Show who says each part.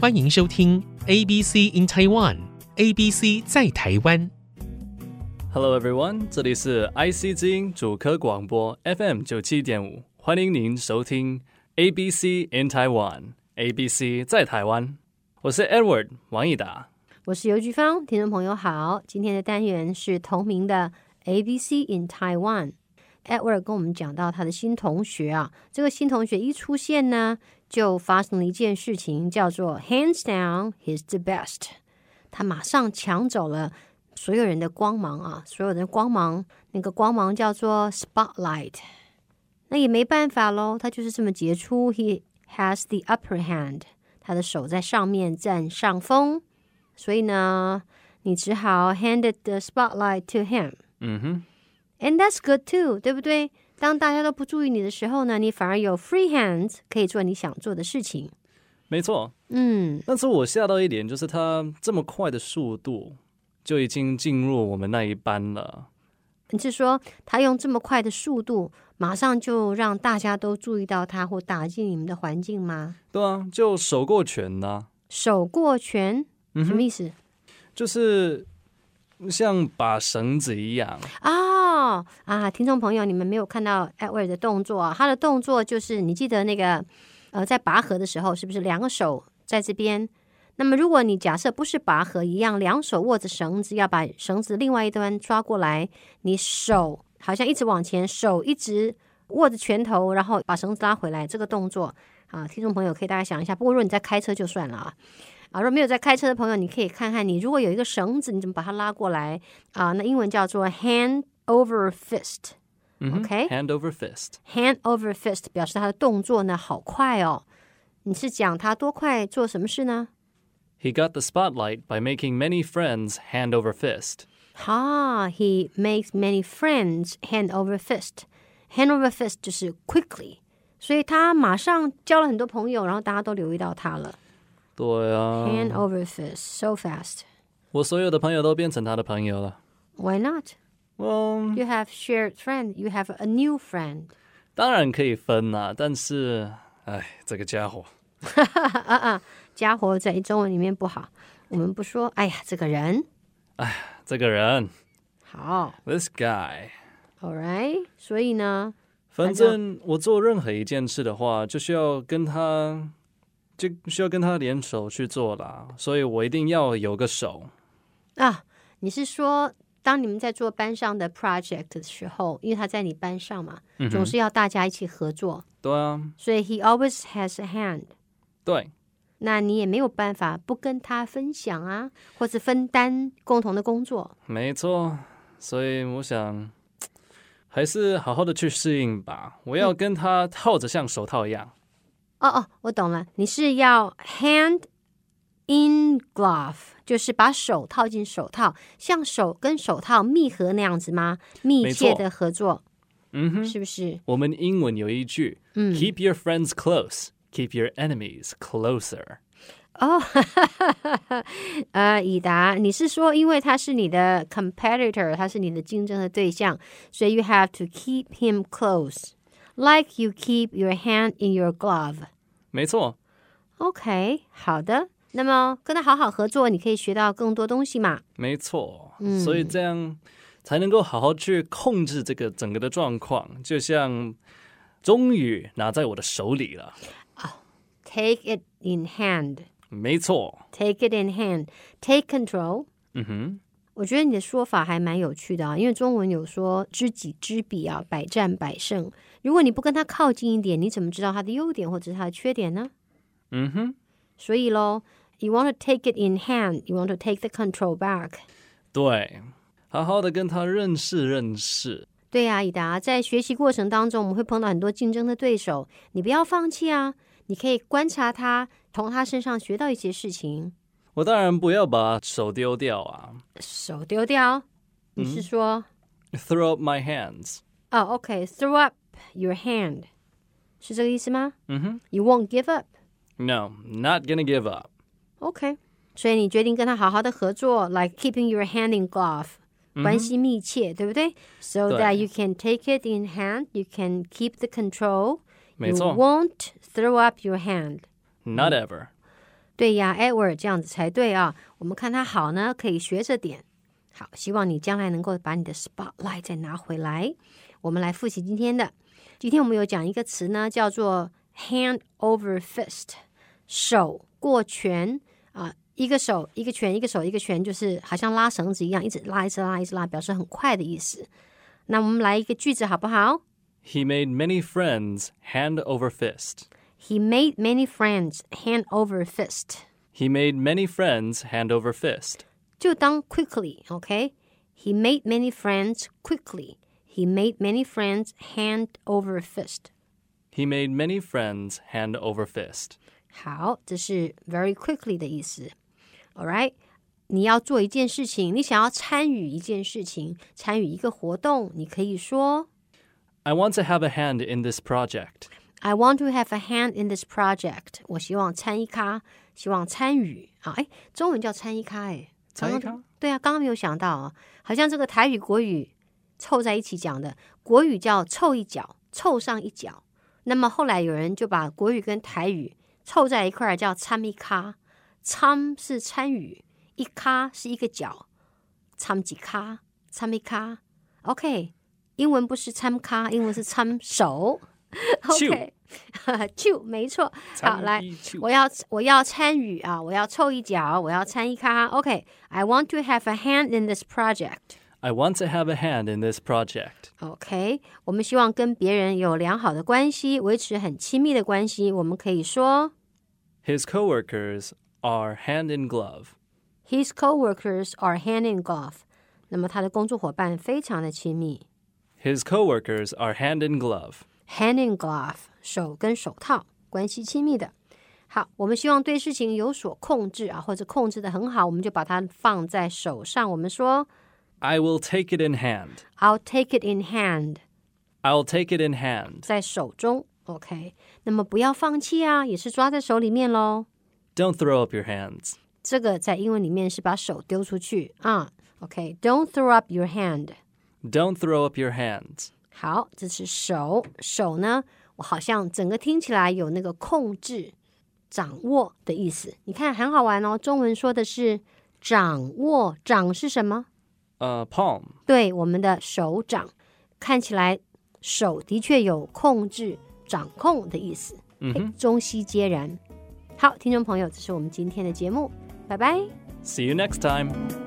Speaker 1: 欢迎收听 ABC in Taiwan ABC 在台湾。
Speaker 2: Hello everyone，这里是 IC 之音主科广播 FM 九七点五，欢迎您收听 ABC in Taiwan，ABC 在台湾，我是 Edward 王以达。
Speaker 3: 我是尤菊芳，听众朋友好。今天的单元是同名的 ABC in Taiwan。Edward 跟我们讲到他的新同学啊，这个新同学一出现呢，就发生了一件事情，叫做 Hands down, he's the best。他马上抢走了所有人的光芒啊，所有人的光芒，那个光芒叫做 spotlight。那也没办法喽，他就是这么杰出，he has the upper hand。他的手在上面占上风，所以呢，你只好 handed the spotlight to him。
Speaker 2: 嗯哼，
Speaker 3: And that's good too，对不对？当大家都不注意你的时候呢，你反而有 free hands 可以做你想做的事情。
Speaker 2: 没错。
Speaker 3: 嗯，
Speaker 2: 但是我吓到一点，就是他这么快的速度就已经进入我们那一班了。
Speaker 3: 你是说他用这么快的速度，马上就让大家都注意到他，或打进你们的环境吗？
Speaker 2: 对啊，就手过拳呐、
Speaker 3: 手过拳
Speaker 2: 嗯
Speaker 3: 什么
Speaker 2: 哼，
Speaker 3: 意思？
Speaker 2: 就是像把绳子一样。
Speaker 3: 哦啊，听众朋友，你们没有看到艾薇尔的动作、啊，他的动作就是你记得那个呃，在拔河的时候，是不是两个手在这边？那么如果你假设不是拔河一样，两手握着绳子，要把绳子另外一端抓过来，你手好像一直往前，手一直握着拳头，然后把绳子拉回来，这个动作啊，听众朋友可以大家想一下。不过如果你在开车就算了啊。啊，如果没有在开车的朋友，你可以看看你如果有一个绳子，你怎么把它拉过来？啊，那英文叫做 hand over fist。
Speaker 2: 嗯哼
Speaker 3: OK
Speaker 2: hand over fist。
Speaker 3: hand over fist 表示他的动作呢好快哦。你是讲他多快做什么事呢？
Speaker 2: He got the spotlight by making many friends hand over fist.
Speaker 3: 哈、h e makes many friends hand over fist。hand over fist 就是 quickly，所以他马上交了很多朋友，然后大家都留意到他了。
Speaker 2: 对啊
Speaker 3: hand over fist，so fast，why
Speaker 2: 我所有的朋友都变成他的朋友了。
Speaker 3: not？
Speaker 2: 嗯，
Speaker 3: You have shared friend. You have a new friend.
Speaker 2: 当然可以分啦、但是，哎，这个家伙，
Speaker 3: 啊啊，家伙在中文里面不好，我们不说。哎呀，这个人
Speaker 2: 这个人
Speaker 3: 好
Speaker 2: ，this guy，
Speaker 3: ，All right。所以呢，
Speaker 2: 反正我做任何一件事的话，就需要跟他，就需要跟他联手去做啦。所以我一定要有个手。
Speaker 3: 啊，你是说当你们在做班上的 project 的时候，因为他在你班上嘛，
Speaker 2: 嗯
Speaker 3: 总是要大家一起合作，
Speaker 2: 对啊，
Speaker 3: 所以 he always has a hand。
Speaker 2: 对，
Speaker 3: 那你也没有办法不跟他分享啊，或是分担共同的工作。
Speaker 2: 没错。所以我想，还是好好的去适应吧。我要跟他套着像手套一样。
Speaker 3: 哦哦，我懂了，你是要 hand in glove，就是把手套进手套，像手跟手套密合那样子吗？密
Speaker 2: 没
Speaker 3: 切
Speaker 2: 错
Speaker 3: 的合作，
Speaker 2: 嗯哼。
Speaker 3: 是不是？
Speaker 2: 我们英文有一句、
Speaker 3: 嗯
Speaker 2: k e e p your friends close, keep your enemies closer。
Speaker 3: 哦， 呃，以达，你是说因为他是你的 competitor，他是你的竞争的对象，所以 you have to keep him close。Like you keep your hand in your glove。
Speaker 2: 没错，
Speaker 3: OK，好的。那么跟他好好合作，你可以学到更多东西嘛。
Speaker 2: 没错，所以这样才能够好好去控制这个整个的状况，就像终于拿在我的手里了。
Speaker 3: Take it in hand,
Speaker 2: 没错，
Speaker 3: take it in hand, take control。
Speaker 2: 嗯哼，
Speaker 3: 我觉得你的说法还蛮有趣的啊，因为中文有说知己知彼啊，百战百胜。如果你不跟他靠近一点，你怎么知道他的优点或者是他的缺点呢？
Speaker 2: 嗯哼，
Speaker 3: 所以喽，you want to take it in hand, you want to take the control back。
Speaker 2: 对，好好的跟他认识认识。
Speaker 3: 对呀、啊，以达，在学习过程当中，我们会碰到很多竞争的对手，你不要放弃啊！你可以观察他，从他身上学到一些事情。
Speaker 2: 我当然不要把手丢掉啊
Speaker 3: 手丢掉，你
Speaker 2: 嗯
Speaker 3: 是说？
Speaker 2: ，throw up my hands。
Speaker 3: 哦、o k t h r o w Oh, up your hand，是这个意思吗
Speaker 2: 嗯哼
Speaker 3: ？You won't give up。
Speaker 2: ，no, not gonna give up。
Speaker 3: OK，所以你决定跟他好好的合作，like keeping your hand in glove，、关系密切，对不对？So
Speaker 2: 对
Speaker 3: that you can take it in hand, you can keep the control.
Speaker 2: 没错
Speaker 3: You won't throw up your hand.
Speaker 2: Not ever。
Speaker 3: 对呀，Edward 这样子才对啊。我们看他好呢，可以学着点。好，希望你将来能够把你的 spotlight 再拿回来。我们来复习今天的。今天我们有讲一个词呢，叫做 hand over fist，手过拳啊、一个手一个拳，一个手一个拳，就是好像拉绳子一样，一直拉，一直拉，一直拉，表示很快的意思。那我们来一个句子好不好？
Speaker 2: He made many friends hand over fist.
Speaker 3: He made many friends hand over fist.
Speaker 2: He made many friends hand over fist.
Speaker 3: 就当 quickly，OK？、He made many friends quickly. He made many friends hand over fist.
Speaker 2: He made many friends hand over fist.
Speaker 3: 好，这是 very quickly 的意思。All right，你要做一件事情，你想要参与一件事情，参与一个活动，你可以说
Speaker 2: I want to have a hand in this project.
Speaker 3: I want to have a hand in this project. 我希望参一咖，希望参与啊！哎，中文叫参一咖，哎，
Speaker 2: 参一咖
Speaker 3: 刚刚对啊，刚刚没有想到啊，好像这个台语国语凑在一起讲的，国语叫凑一脚，凑上一脚。那么后来有人就把国语跟台语凑在一块儿叫参一咖，参是参与，一咖是一个脚，参几咖，参一咖。OK，英文不是参咖，英文是参手。OK，就 没错。好，来，我要我要参与啊，我要凑一脚，我要参一咖。OK，I、want to have a hand in this project。
Speaker 2: I want to have a hand in this project.
Speaker 3: OK，我们希望跟别人有良好的关系，维持很亲密的关系。我们可以说
Speaker 2: His coworkers are hand in glove.
Speaker 3: ，His coworkers are hand in glove。那么他的工作伙伴非常的亲密
Speaker 2: His coworkers are hand in glove.
Speaker 3: ，hand in glove，手跟手套，关系亲密的。好，我们希望对事情有所控制啊，或者控制的很好，我们就把它放在手上。我们说
Speaker 2: I will take it in hand.
Speaker 3: ，I'll take it in hand。
Speaker 2: I'll take it in hand.
Speaker 3: 在手中。OK，那么不要放弃啊，也是抓在手里面喽。
Speaker 2: Don't throw up your hands.
Speaker 3: 这个在英文里面是把手丢出去啊。OK，don't、throw up your hand。
Speaker 2: Don't throw up your hands.
Speaker 3: 好，这是手，手呢，我好像整个听起来有那个控制、掌握的意思。你看很好玩哦，中文说的是掌握，掌是什么？
Speaker 2: Uh, palm.
Speaker 3: 对，我们的手掌，看起来手的确有控制、掌控的意思，
Speaker 2: 嗯哼
Speaker 3: 诶中西皆然。好，听众朋友，这是我们今天的节目，拜拜。
Speaker 2: See you next time.